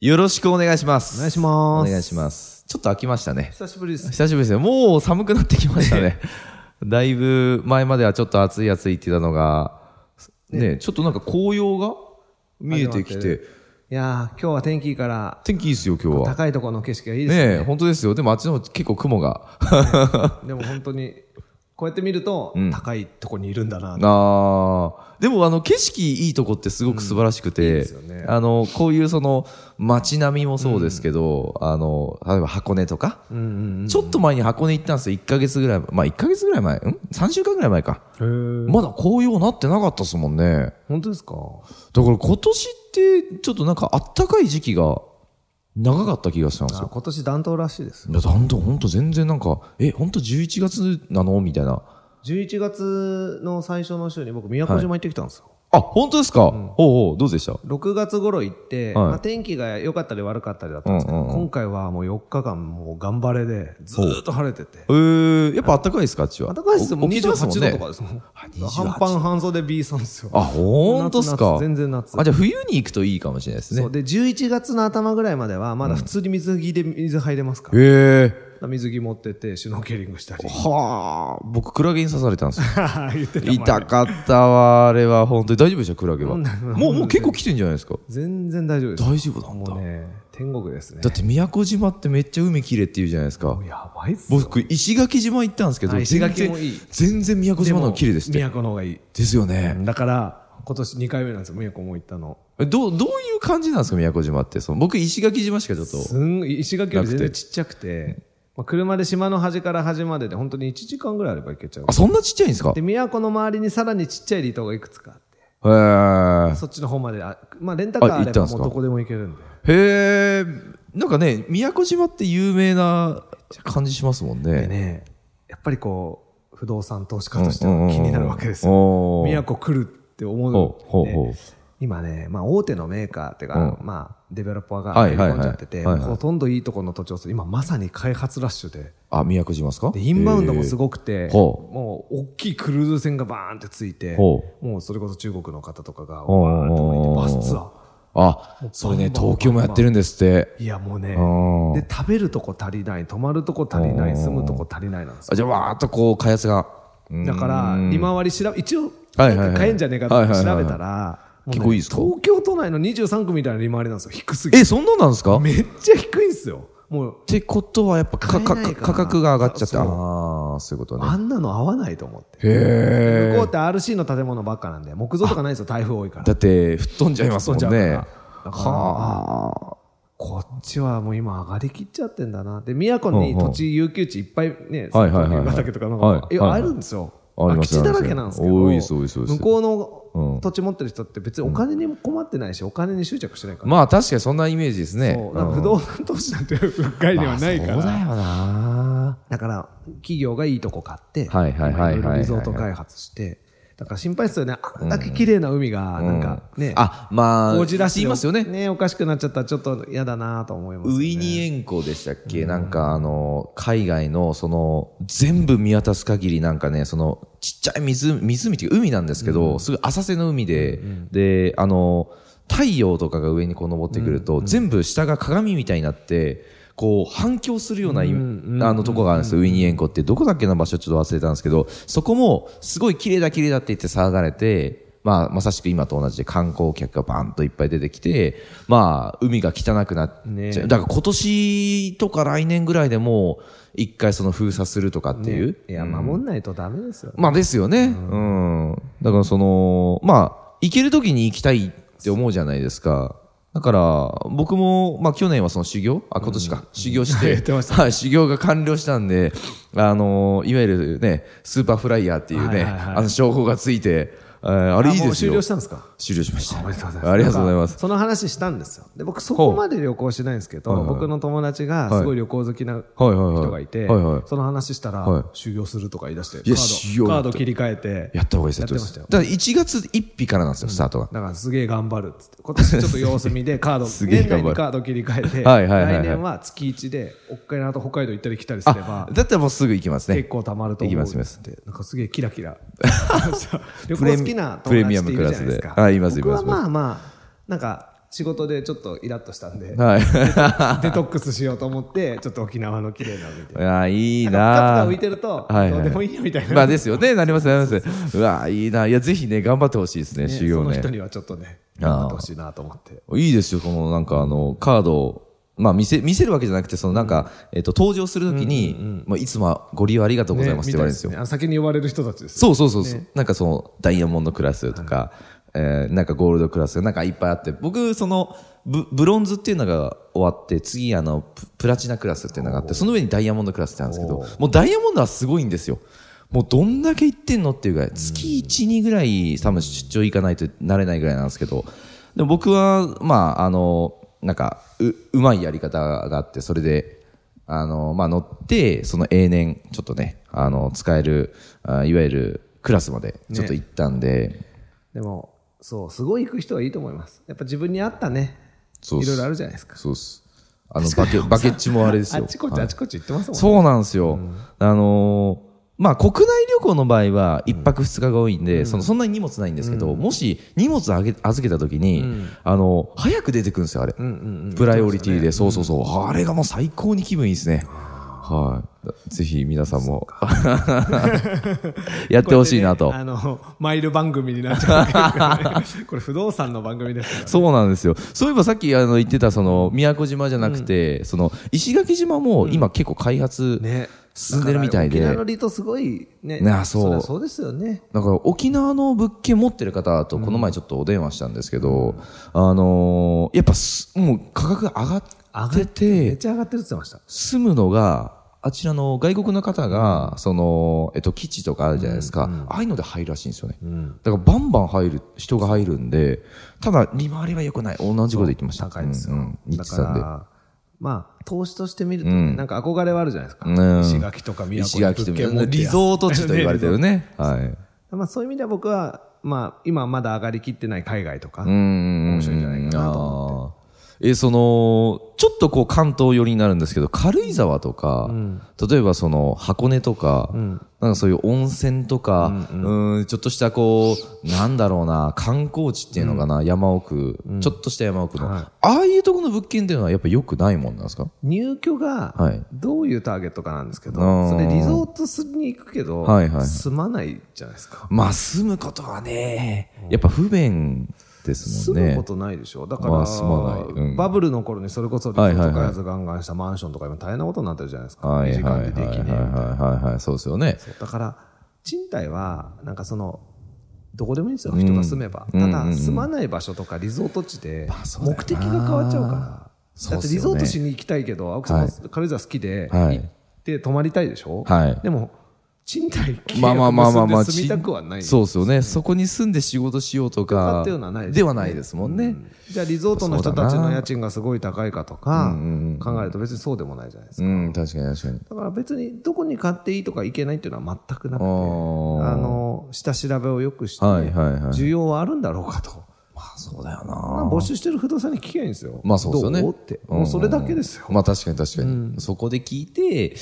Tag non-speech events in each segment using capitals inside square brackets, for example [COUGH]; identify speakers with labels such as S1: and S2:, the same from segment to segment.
S1: よろしくお願いします。
S2: お願いします
S1: お願いします。ちょっと飽きましたね。
S2: 久しぶりです。
S1: 久しぶりですね。もう寒くなってきましたね。だいぶ前まではちょっと暑い暑いって言ってたのが、ね、ちょっとなんか紅葉が見えてき、
S2: 始まっていやー、今日は天気いいから、
S1: 天気いいですよ、今日は。
S2: 高いところの景色がいいですね。
S1: ね本当ですよ。でもあっちの方結構雲が。
S2: でも本当に、こうやって見ると、高いところにいるんだな。
S1: あーでもあの景色いいとこってすごく素晴らしくて、
S2: ですよね
S1: あのこういうその街並みもそうですけど、あの例えば箱根とか、
S2: うんうん
S1: ちょっと前に箱根行ったんですよ1ヶ月ぐらいまあ1ヶ月ぐらい前ん3週間ぐらい前か、
S2: うん。へー
S1: まだ紅葉なってなかったですもんね
S2: 本当ですか
S1: だから今年ってちょっとなんかあったかい時期が長かった気がしたんです
S2: あ
S1: よ
S2: 今年暖冬らしいです。
S1: いやほんとほんと全然なんかえほんと11月なのみたいな
S2: 11月の最初の週に僕、宮古島行ってきたんですよ。
S1: あ本当ですか、ほうほうどうでした
S2: 6月頃行って、
S1: はい
S2: まあ、天気が良かったり悪かったりだったんですけど、
S1: うんうんうん
S2: 今回はもう4日間もう頑張れで、ずーっと晴れてて。
S1: えー、やっぱあったかいですかあっちは
S2: 暖かいですよ、もう
S1: 沖縄です
S2: 28
S1: もん
S2: 度と
S1: ね
S2: かですもん。
S1: 28
S2: 半パン半袖 B さんですよ。
S1: あほんとっす
S2: 夏
S1: か
S2: 夏全然夏。
S1: あじゃあ冬に行くといいかもしれないです
S2: そ
S1: ね
S2: うで11月の頭ぐらいまではまだ普通に水着で水入れますから、
S1: へえ
S2: 水着持ってってシュノーケリングしたり
S1: はあ僕クラゲに刺されたんですよ
S2: 言ってた
S1: 痛かったわ、あれは、本当に。大丈夫でした、クラゲは。
S2: なんだろう
S1: もう、もう結構来てんじゃないですか。
S2: 全然大丈夫です
S1: 大丈夫なんだ。
S2: もうね天国ですね
S1: だって、宮古島ってめっちゃ海綺麗って言うじゃないですか。
S2: やばいっすよ
S1: 僕、石垣島行ったんですけど、
S2: あ石
S1: 全
S2: 垣
S1: 然
S2: もいい、
S1: 全然宮古島の方が綺麗ですっ
S2: も宮
S1: て。
S2: 古の方がいい
S1: ですよね。
S2: だから今年2回目なんですよ宮古も行ったの
S1: どう、どういう感じなんですか、宮古島って。その僕、石垣島しかちょっと。
S2: すんごい石垣より全
S1: な
S2: 然
S1: く
S2: ちっちゃくて、まあ、車で島の端から端までで本当に1時間ぐらいあれば行けちゃう
S1: あ、そんなちっちゃいんですか
S2: で宮古の周りにさらにちっちゃい離島がいくつかあって
S1: へー
S2: そっちの方まであ、まあ、レンタカーあ
S1: あ行
S2: れ
S1: ったん
S2: ば
S1: です
S2: も
S1: か
S2: うどこでも行けるんで
S1: へーなんかね、宮古島って有名な感じしますもん
S2: で
S1: ね。
S2: ね、やっぱりこう、不動産投資家
S1: うん
S2: としては気になるわけですよ。
S1: よ
S2: 宮古来るって思う
S1: ほうほうほう
S2: で今ね、まあ大手のメーカーっていうか、まあデベロッパーが
S1: は
S2: 入
S1: い
S2: り
S1: はいはい
S2: 込んじゃってて、
S1: はいはい
S2: ほとんどいいところの土地を今まさに開発ラッシュで、
S1: あ、宮古島ですか
S2: でインバウンドもすごくて、
S1: ーほ
S2: もう大きいクルーズ船がバーンってついて、
S1: ほ
S2: もうそれこそ中国の方とかがバ
S1: ほうほう
S2: ーンと
S1: ほう
S2: バスツアー。
S1: あ
S2: もう、
S1: それね、
S2: バンバンバンバン
S1: 東京もやってるんですって。
S2: いやもうね
S1: うん、
S2: で食べるとこ足りない、泊まるとこ足りな
S1: う
S2: い、
S1: ん
S2: 住むとこ足りないなんですよ
S1: あじゃあ、わーっとこう、開発が。
S2: だから
S1: うん
S2: 利回り調べ一応
S1: は
S2: ないん
S1: はいはい
S2: か買えんじゃねえかと思って調べ
S1: は
S2: た
S1: い
S2: らもうね
S1: 結構いいですか
S2: 東京都内の23区みたいな利回りなんですよ低すぎ
S1: え、
S2: て
S1: そんなんなんですかっ
S2: めっちゃ低いんですよもう
S1: てことは、やっぱかか
S2: 買えないか
S1: か
S2: な
S1: 価格が上がっちゃって、
S2: そ
S1: あ
S2: う
S1: あ、そういうことね
S2: あ。んなの合わないと思って
S1: へ
S2: 向こうっ
S1: え。
S2: て RC の建物ばっかなんで木造とかないんですよ台風多いから
S1: だって、吹っ飛んじゃいますもん
S2: 吹っ飛んじゃう
S1: ね
S2: か。らだから
S1: は
S2: こっちはもう今上がりきっちゃってんだなで宮古に土地有給地いっぱいね
S1: はいはいはいはい
S2: 畑とかなん
S1: はい
S2: かいや
S1: はい
S2: あるんですよ
S1: あり
S2: 空
S1: ま
S2: き
S1: す
S2: 地だらけなんですけど
S1: 多いです多いです多いです
S2: 向こう
S1: う
S2: の
S1: ん
S2: 土地持ってる人って別にお金にも困ってないしお金に執着してないか
S1: あ
S2: ら
S1: まあ、確かにそんなイメージですね。
S2: そうだから不動産投資なんて [LAUGHS] いう概
S1: で
S2: 念はないから、
S1: そうだよな。
S2: だから企業がいいとこ買って、
S1: はいはいはいはいはい
S2: 今ろろリゾート開発して、だから心配ですよね、あんだけ綺麗な海が、なんかね、
S1: あ、まあ、
S2: 工事らし
S1: 言いますよね。
S2: ね、おかしくなっちゃったらちょっと嫌だなと思います、ね。
S1: ウイニ塩湖でしたっけ、なんかあの海外のその全部見渡す限りなんかねそのちっちゃい湖湖っていうか海なんですけど、すごい浅瀬の海で、であの太陽とかが上にこう登ってくると、全部下が鏡みたいになってこう反響するようなイメ、あのとこがあるんですよ、ウィニーエンコってどこだっけな場所ちょっと忘れたんですけどそこもすごい綺麗だ綺麗だって言って騒がれてまあ、まさしく今と同じで観光客がバンといっぱい出てきて、まあ、海が汚くなっちゃう。
S2: ね
S1: だから今年とか来年ぐらいでもう、一回その封鎖するとかっていう。
S2: いや、
S1: うん
S2: 守んないとダメですよ、ね
S1: まあですよね。うん。だからその、まあ、行ける時に行きたいって思うじゃないですか。だから、僕も、まあ去年はその修行あ、今年か。修行して。
S2: [LAUGHS] 言ってました
S1: はい、修行が完了したんで、あのーいわゆるね、スーパーフライヤーっていうね、
S2: はいはいはい
S1: あの、称号がついて、えーあれいい
S2: も
S1: で
S2: う
S1: す
S2: 終
S1: よ
S2: 了したんですか
S1: 終了しました
S2: おめでとうございます
S1: ありがとうございま
S2: なんか
S1: す
S2: その話したんですよで僕そこまで旅行しないんですけど、
S1: ほうはいはい
S2: 僕の友達がすごい旅行好きな
S1: はいはいはい
S2: 人がいて、
S1: はいはい
S2: その話したら、
S1: はい
S2: 修行するとか言い出して
S1: いや
S2: カ
S1: 修
S2: ー
S1: 行
S2: ド
S1: だ
S2: カ
S1: って
S2: ード切り替えて
S1: やった方がいいです
S2: やってましたよ
S1: だから1月1日からなんですよスタートが
S2: だからすげえ頑張るっつって今年ちょっと様子見でカード
S1: [LAUGHS] すげえ
S2: 年
S1: 頑張る
S2: 内にカード切り替えて
S1: はいはいはいはい
S2: 来年は月1で北海道北海道行ったり来たりすれば
S1: あだったらもうすぐ行きますね
S2: 結構たまると思う
S1: 行きます行きます
S2: ってなんかすげえキラキ
S1: [LAUGHS]
S2: ラ旅
S1: プレ
S2: 行
S1: ミ
S2: 好きな
S1: プレ
S2: 友
S1: ミ
S2: 達
S1: ア
S2: っ
S1: ム
S2: てい
S1: ク
S2: る
S1: ラ
S2: じゃな
S1: ス
S2: いです
S1: で
S2: か
S1: はいいますい
S2: 僕
S1: ます
S2: はい
S1: ます
S2: まあまあなんか仕事でちょっとイラッとしたん
S1: [LAUGHS]
S2: で
S1: はい
S2: デトックスしようと思ってちょっと沖縄の綺麗な海で
S1: いやーいい
S2: プカ
S1: な
S2: プ
S1: ー
S2: カ浮いてると
S1: は
S2: どうでもいいよみたいな
S1: まあですよねなりますなりますうわーいいないやぜひね頑張ってほしいですね
S2: ね
S1: 修行
S2: その
S1: ね
S2: 人にはちょっとね
S1: あー
S2: 頑張ってほしいなと思って
S1: いいですよ、このなんかあの、カードを。まあ、見せ見せるわけじゃなくて、そのなんか、えっと登場するときに、まあ、いつもはご利用ありがとうございますって言われるんですよ。
S2: ねみたいねあ先に呼ばれる人たちです
S1: そうそうそうそう、なんかそのダイヤモンドクラスとか、えーなんかゴールドクラスなんかいっぱいあって僕そのブブロンズっていうのが終わって次あのププラチナクラスっていうのがあってその上にダイヤモンドクラスってあるんですけどもうダイヤモンドはすごいんですよもうどんだけ行ってんのっていうぐらい月12ぐらい多分出張行かないとなれないぐらいなんですけどでも僕はまああのなんかううまいやり方があってそれであの、まあ、乗って、その永年、ちょっとね、あの、使える、あいわゆるクラスまで、ちょっと行ったんで、
S2: でもそうすごい行く人はいいと思いますやっぱ自分に合ったね
S1: そうっ
S2: い
S1: す
S2: ろいろあるじゃないですか
S1: そうっす。あの、バケ、バケッチもあれです
S2: あ
S1: よ。
S2: っちこっ
S1: は
S2: ち
S1: い
S2: あっちこっち行ってますもんね
S1: そうなんですよ。あのーまあ、国内旅行の場合は1泊2日が多いんで、そのそんなに荷物ないんですけど、もし荷物あげ預けた時に、あの早く出てくるんですよ、あれ、プライオリティでそうそうそう、あれがもう最高に気分いいですね、はい、ぜひ皆さんもやってほしいなと、
S2: こうやってねあのマイル番組になっちゃうわけですからねこれ不動産の番組ですから
S1: そうなんですよ。そういえばさっきあの言ってたその宮古島じゃなくて、その石垣島も今結構開発
S2: ね
S1: 進んでるみたいで、
S2: だから沖縄の離島すごいね
S1: ねあそう
S2: りゃそうですよね
S1: だから沖縄の物件持ってる方とこの前ちょっとお電話したんですけど、あのーやっぱすもう価格が上がって
S2: めってちゃ上がってるって言ってました
S1: 住むのがあちらの外国の方が、その、えっと、基地とかあるじゃないですか、ああいうので入るらしいんですよね、だからバンバン入る人が入るんでただ利回りは良くない同じこと言ってました
S2: 高いですよ、
S1: うんうん言っ
S2: だ
S1: て
S2: か
S1: たんで
S2: らまあ投資として見るとね、
S1: うん
S2: なんか憧れはあるじゃないですか、
S1: うん
S2: 石垣とか宮
S1: 石
S2: 古に
S1: 垣と
S2: 物
S1: か
S2: 件持って
S1: リゾート地と言われてる
S2: [LAUGHS] ね
S1: ねはい
S2: まあ、そういう意味では僕は、まあ、今はまだ上がりきってない海外とか、
S1: 面
S2: 白いんじゃないかなと
S1: 思って。えそのちょっとこう関東寄りになるんですけど軽井沢とか、例えばその箱根とか、なんかそういう温泉とか、うんちょっとしたこうなんだろうな観光地っていうのかな、山奥、ちょっとした山奥の、ああいうところの物件っていうのはやっぱ良くないもんなんですか
S2: 入居
S1: は
S2: が
S1: い
S2: どういうターゲットかなんですけど、
S1: うん
S2: それリゾートすに行くけど、
S1: はいはい
S2: 住まないじゃないですか。
S1: まあ住むことはねやっぱ不便ですも
S2: 住
S1: んね
S2: むことないでしょ、だから、
S1: まあ住まないうん
S2: バブルの頃にそれこそリゾー
S1: はいは
S2: ト
S1: いはい
S2: 開発ガンガンしたマンションとか今大変なことになってるじゃないですか、
S1: はい
S2: 2時
S1: はい
S2: 間
S1: はい
S2: で
S1: はい
S2: で
S1: はい
S2: きねえみたいな
S1: はいはいそうですよね
S2: だから賃貸はなんかそのどこでもいいんですよ、人が住めば、
S1: うん
S2: た
S1: う
S2: だ、
S1: んうん
S2: 住まない場所とかリゾート地で
S1: あそうだよ
S2: 目
S1: な
S2: 的が変わっちゃうから、
S1: そう
S2: だ
S1: っ
S2: って
S1: す
S2: リ
S1: よね
S2: ゾートしに行きたいけど、青木さん
S1: はい
S2: も軽井沢好きで、
S1: はい
S2: 行って泊まりたいでしょ、
S1: はい
S2: でも賃貸契
S1: まあまあ
S2: 約
S1: まあまあま
S2: 結
S1: あ、
S2: んで住みたくはない、
S1: そうですよね。そこに住んで仕事しようと
S2: とか
S1: か。
S2: っていうのはない
S1: ではないですもん
S2: う
S1: ね。
S2: んじゃあリゾートの人たちの家賃がすごい高いかとか考えると別にそうでもないじゃないですか、
S1: うん、確かに確かに。
S2: だから別にどこに買っていいとかいけないっていうのは全くなくて
S1: あ
S2: あ
S1: ー
S2: の下調べをよくして、
S1: はいはいはい
S2: 需要はあるんだろうかと、
S1: まあそうだよ
S2: まあ
S1: な。
S2: 募集してる不動産に聞けばいいんですよ、
S1: まあそうですよね。
S2: どうってもうそれだけですよ、
S1: うんまあ確かに確かに。そこで聞いて、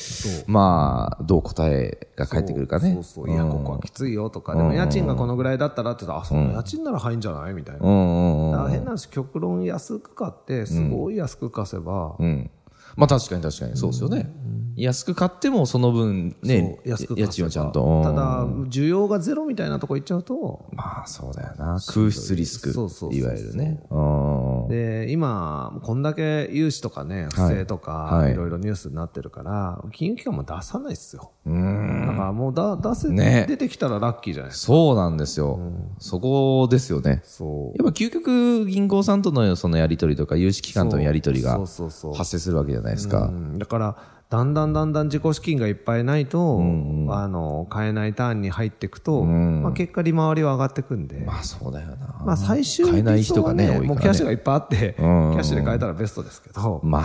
S1: まあ、どう答えが返ってくるかね。
S2: そうそういや
S1: うん
S2: ここはきついよとかでも家賃がこのぐらいだったらって言ったらあその家賃なら入んじゃないみたいな、
S1: うんうんうん
S2: だから変な話極論安く買ってすごい安く貸せば、
S1: うん。まあ確かに確かに。そうですよね。安く買ってもその分ね、
S2: そう安く
S1: 家
S2: 貸
S1: 賃
S2: せば
S1: はちゃんと。うん
S2: ただ需要がゼロみたいなとこ行っちゃうと
S1: まあそうだよな。空室リスク
S2: そうそうそう。そう
S1: いわゆるね。うん
S2: で今、こんだけ融資とかね、不正とか、
S1: はい
S2: い、ろいろニュースになってるから、金融機関も出さないですよ。
S1: うーん
S2: だからもうだ出せ、
S1: ね
S2: 出てきたらラッキーじゃないですか。
S1: そうなんですよ、そこですよね、
S2: そう。
S1: やっぱ究極、銀行さんとのそのやり取りとか、融資機関とのやり取りが
S2: そう
S1: 発
S2: そうそうそう
S1: 生するわけじゃないですか、
S2: うんだから、だんだんだんだん自己資金がいっぱいないと、
S1: ん
S2: あの買えないターンに入っていくと、
S1: ん
S2: まあ、結果利回りは上がっていくんで、ま
S1: まあそうだよな。
S2: あ、最終
S1: 買えない
S2: 理想
S1: 人
S2: は
S1: がね、多いから、ね。
S2: もうキャッシュがいっぱいあって、
S1: うん
S2: キャッシュで買えたらベストですけど、
S1: ま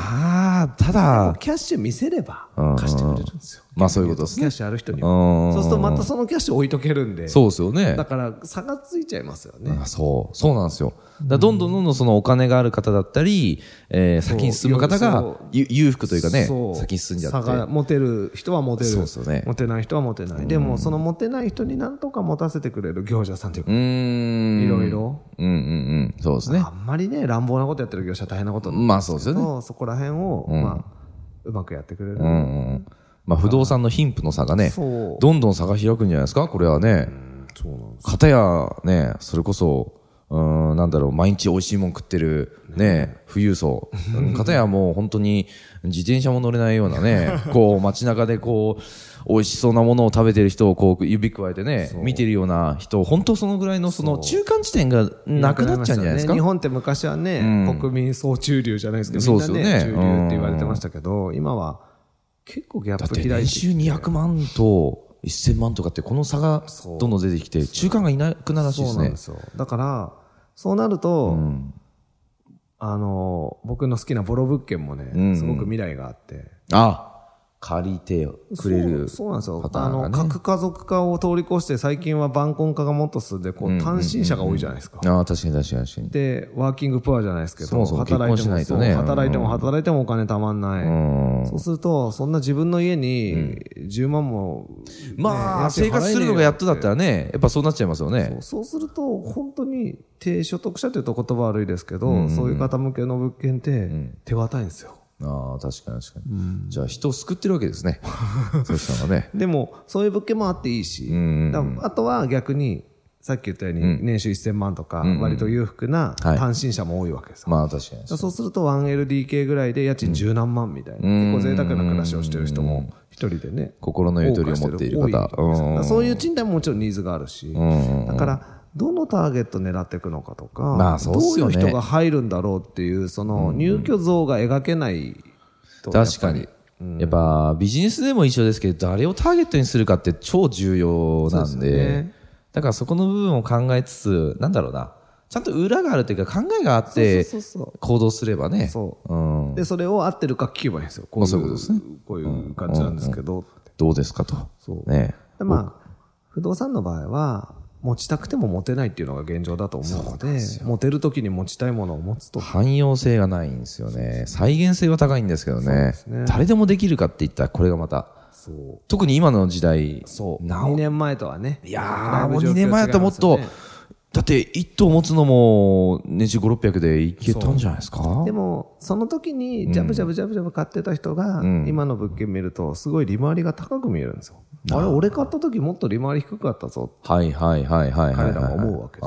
S1: あ、ただ、
S2: キャッシュ見せれば
S1: うん
S2: 貸してくれるんですよ。
S1: まあそういうことです
S2: キャ
S1: ね
S2: ッ。シュある人に
S1: う
S2: は。
S1: ん
S2: そうするとまたそのキャッシュ置いとけるんで、
S1: そうですよね
S2: だ。から差がついちゃいますよね。
S1: あそう、そうなんですよ。だからどんどんどんどんそのお金がある方だったり、えー先に進む方
S2: そう
S1: がゆ裕福というかね、
S2: そう
S1: 先に進んじゃ
S2: 差が
S1: って。
S2: 持てる人は持てる
S1: そうですよね
S2: 持てない人は持てない、でもその持てない人になんとか持たせてくれる業者さんという
S1: う
S2: か、
S1: ーん。
S2: いろい。ろ
S1: うんうんうん。そうですね
S2: あ。んまりね乱暴なことやってる業者は大変なこと
S1: まあそうです
S2: そ
S1: よね。
S2: そこら辺を、うまあ、うまくやってくれる、
S1: うんうん。まあ不動産の貧富の差がね、
S2: そう
S1: どんどん差が開くんじゃないですか、これはね。
S2: そうなんです
S1: 片やね、それこそ、うーん、なんだろう、毎日美味しいもん食ってる、ね、富裕層。
S2: [LAUGHS]
S1: うん片やもう本当に自転車も乗れないようなね、
S2: [LAUGHS]
S1: こう街中でこう、美味しそうなものを食べてる人をこう指くわえてね、見てるような人、本当そのぐらいのその中間地点がなくなっちゃうんじゃないですか。
S2: 日本って昔はね、
S1: うん
S2: 国民総中流じゃないですけ
S1: そ
S2: ど
S1: う
S2: み
S1: で
S2: ん
S1: す
S2: な
S1: よね
S2: ね中流って言われてましたけど、今は結構ギャ
S1: だ
S2: ッ
S1: っ
S2: プ
S1: て
S2: 開い
S1: 年
S2: て
S1: 収200万と1000万とかってこの差がどんどん出てきて、中間がいなくなるらしいで
S2: そう
S1: す
S2: なん
S1: ね
S2: で。すよだからそうなる
S1: う
S2: と、
S1: ん
S2: あの僕の好きなボロ物件もね、
S1: うん
S2: すごく未来があって
S1: あ、借りてくれ
S2: そ
S1: る
S2: うそうなんですよ、
S1: パター
S2: あ
S1: ンが
S2: の
S1: ね。
S2: 核家族化を通り越して最近は晩婚化がもっと進んでこう単身者が多いじゃないですか、
S1: ああ、確かに確かに確かに。
S2: でワーキングプアじゃないですけど
S1: そもそも結婚
S2: 働いて
S1: し
S2: も
S1: ないとね
S2: そう働いても
S1: うん
S2: 働いてもお金たまんない、
S1: うん
S2: そうするとそんな自分の家に10万も、
S1: まあ、
S2: ね
S1: 生活するのがやっとだったらね、やっぱそうなっちゃいますよね。
S2: そうすると本当に低所得者というと言葉悪いですけど、そういう方向けの物件って手堅いんですよ、
S1: ああ、確かに確かに。じゃあ、人を救ってるわけです
S2: [LAUGHS]
S1: ね。そうしたのがね。
S2: でもそういう物件もあっていいし、
S1: ん
S2: だからあとは逆にさっき言ったように年収1000万とか割と裕福な
S1: はい
S2: 単身者も多いわけですよ、
S1: まあ、確かに。
S2: だからそうすると 1LDK ぐらいで家賃十何万みたいな、
S1: ん
S2: 結構贅沢な暮らしをしてる人も一人でね
S1: 心のゆとりを持っている
S2: 多わ
S1: 方。
S2: け。ですよだからそういうう賃貸ももちろんニーズがあるし、
S1: ん
S2: だからどのターゲット狙っていくのかとか、
S1: まあそうっすよね
S2: どういう人が入るんだろうっていうその入居像が描けないと
S1: 確かに。やっぱ、ビジネスでも一緒ですけど、誰をターゲットにするかって超重要なん
S2: そうですよ
S1: で
S2: ね、
S1: だからそこの部分を考えつつ、なんだろうな、ちゃんと裏があるというか考えがあって
S2: そうそうそうそ
S1: 行動すればね。。
S2: そう
S1: うん。
S2: でそれを合ってるか聞けばいいんですよこう
S1: まあ
S2: いう
S1: そういうことですね
S2: こういう感じなんですけど、
S1: どうですかと。
S2: そう
S1: ね。
S2: でまあ不動産の場合は持ちたくても持てないっていうのが現状だと思うので持てる時に持ちたいものを持つと
S1: 汎用性がないんですよね。再現性は高いんですけどね。
S2: すね
S1: 誰でもできるかって言ったらこれがまた、
S2: そう
S1: 特に今の時代、
S2: そう
S1: なお
S2: 2年前とはね
S1: いやー、もう
S2: だ
S1: 2
S2: いぶ状況違い
S1: 年前だったらもっと、
S2: ますよね
S1: だって1頭持つのも年収5、600でいけたんじゃないですか
S2: でもその時にジャブジャブジャブジャブ買ってた人が
S1: ん
S2: 今の物件見るとすごい利回りが高く見えるんですよあれ俺買った時もっと利回り低かったぞ
S1: はいはいはいはいはいはい。
S2: 彼らは思うわけです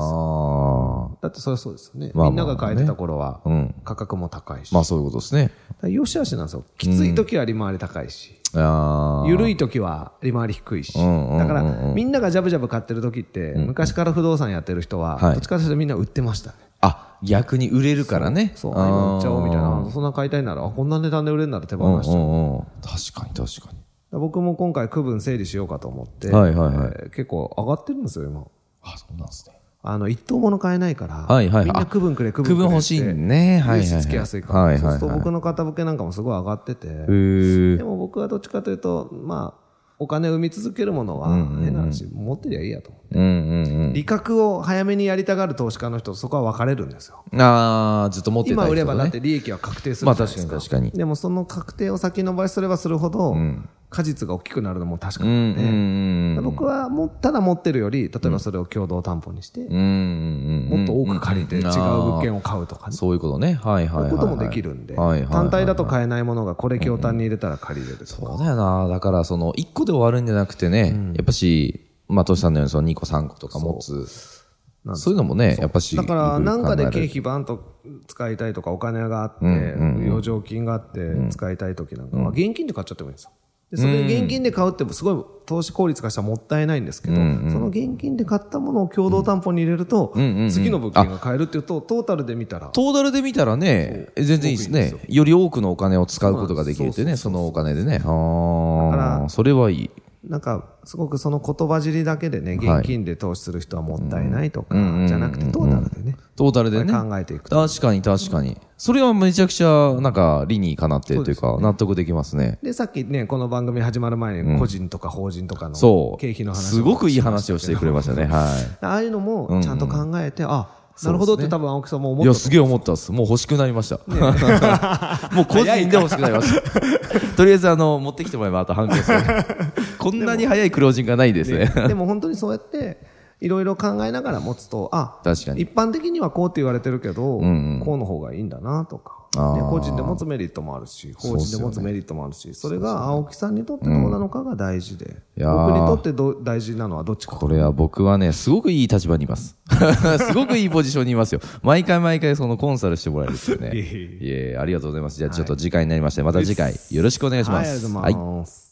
S1: あ
S2: だってそれはそうですよね
S1: まあまあ
S2: みんなが買えてた頃は
S1: あ。うん。
S2: 価格も高いし
S1: まあそういうことですね。
S2: だからよしあしなんですよきつい時は利回り高いし
S1: ああ。
S2: 緩い時は利回り低いし、
S1: うんうんうんうん
S2: だからみんながジャブジャブ買ってる時って、昔から不動産やってる人は、
S1: はい
S2: どっちかというとみんな売ってましたね。
S1: あ、逆に売れるからね。
S2: そう、
S1: あー
S2: 今売っちゃおうみたいな、そんな買いたいなら、あこんな値段で売れるなら手
S1: う
S2: 放
S1: ん
S2: しちゃう。だか
S1: うんうん。確かに確かに。
S2: ら僕も今回区分整理しようかと思って、
S1: はいはいはい
S2: えー結構上がってるんですよ、今。
S1: あ、そうなんですね。
S2: あの、一等もの買えないから、
S1: はいはいはい
S2: みんな区分くれ、区分く
S1: 区
S2: れ。
S1: 分欲しいねはいはいはい
S2: 融資つけやすいから、
S1: はいはいはい
S2: そうすると僕の片付けなんかもすごい上がってて、
S1: へー
S2: でも僕はどっちかというと、まあ、お金を生み続けるものは、変な話、持ってりゃいいやと思って
S1: うんうん
S2: 理覚を早めにやりたがる投資家の人とそこは分かれるんですよ。
S1: うん。ああ、ずっと持ってたい人
S2: 今
S1: ね
S2: 売ればだって利益は確定す
S1: ま
S2: る
S1: あ
S2: じゃない
S1: 確
S2: で
S1: か
S2: す
S1: に
S2: か。
S1: 確かに。
S2: でもその確定を先延ばしすればするほど、果実が大きくなるのも確か
S1: うんう
S2: なんので、
S1: うんうん。
S2: 僕はもうただ持ってるより、例えばそれを共同担保にして、
S1: うんうんうん。
S2: もっと多く借りて違う物件を買うとかね。
S1: そういうことね。はいはい
S2: そう
S1: はいい。
S2: うこともできるんで、
S1: はいはいはい
S2: 単体だと買えないものがこれ共単に入れたら借りれるとか、
S1: そうだよな。だから、その、1個で終わるんじゃなくてね、やっぱし、まあ、トシさんのように、その2個3個とか持つ。
S2: なんです
S1: そういうのもね、やっぱし。
S2: だから、なんかで経
S1: 経費
S2: 費バンと使いたいとか、お金があって、
S1: んうんうん
S2: 余剰金があって使いたい時なんかは、現金で買っちゃってもいいんですよ。でそれ現金で買うってすごい投資効率からしたらもったいないんですけど、
S1: うんうん
S2: その現金で買ったものを共同担保に入れると、
S1: うんうんうんうん
S2: 次の物件が買えるっていうとトータルで見たら
S1: トータルで見たらね、
S2: そう
S1: 全然いいですね
S2: すごくいいんで
S1: より多くのお金を使うことができるってね、そ
S2: そうそうそうそう
S1: のお金でね。
S2: だか
S1: ああ、
S2: ら
S1: それはいい。
S2: なんかすごくその言葉尻だけでね
S1: はい
S2: 現金で投資する人はもったいないとか、
S1: うんうんうんうん
S2: じゃなくてトータルでね、
S1: トータルでね。
S2: これ考えていくと
S1: 確かに確かに。それはめちゃくちゃ、なんか、理にかなってというか、納得できますね。
S2: でさっきねこの番組始まる前
S1: うん
S2: に個人とか法人とかの
S1: そう。
S2: 経費の話を
S1: すごくいい話をしてくれましたね。は
S2: ああいうの
S1: うんうん
S2: もちゃんと考えて、あなるほどって多分青木さんも
S1: い。
S2: 思
S1: い
S2: っ
S1: や、
S2: た
S1: すげえ思ったっす。もう欲しくなりま
S2: [LAUGHS]
S1: した。もう個人で欲しくなりました。 [LAUGHS] とりあえず、あの、持ってきてもらえば、あと半
S2: [LAUGHS]
S1: 券ですねこんなに早いクロージングがないですね。
S2: ね [LAUGHS] でも本当にそうやっていろいろ考えながら持つとあ
S1: 確かに
S2: 一般的にはこうって言われてるけど、
S1: んうん
S2: こうの方がいいんだなとか
S1: あー
S2: で個人で持つメリットもあるし
S1: そう
S2: 法
S1: っす
S2: 人
S1: よね
S2: で持つメリットもあるしそれが青木さんにとってどうなのかが大事で、
S1: やー
S2: 僕にとってど大事なのはどっちか
S1: これは僕はね、すごくいい立場にい
S2: [LAUGHS]
S1: ます。すごくいいポジションにいますよ。毎回毎回そのコンサルしてもらえるんですよね。
S2: [LAUGHS] いえ
S1: いえ、ありがとうございます。じゃあちょっと次回になりまして、また次回よろしくお願いし
S2: は
S1: ま
S2: い、ありがと
S1: す。
S2: うございます、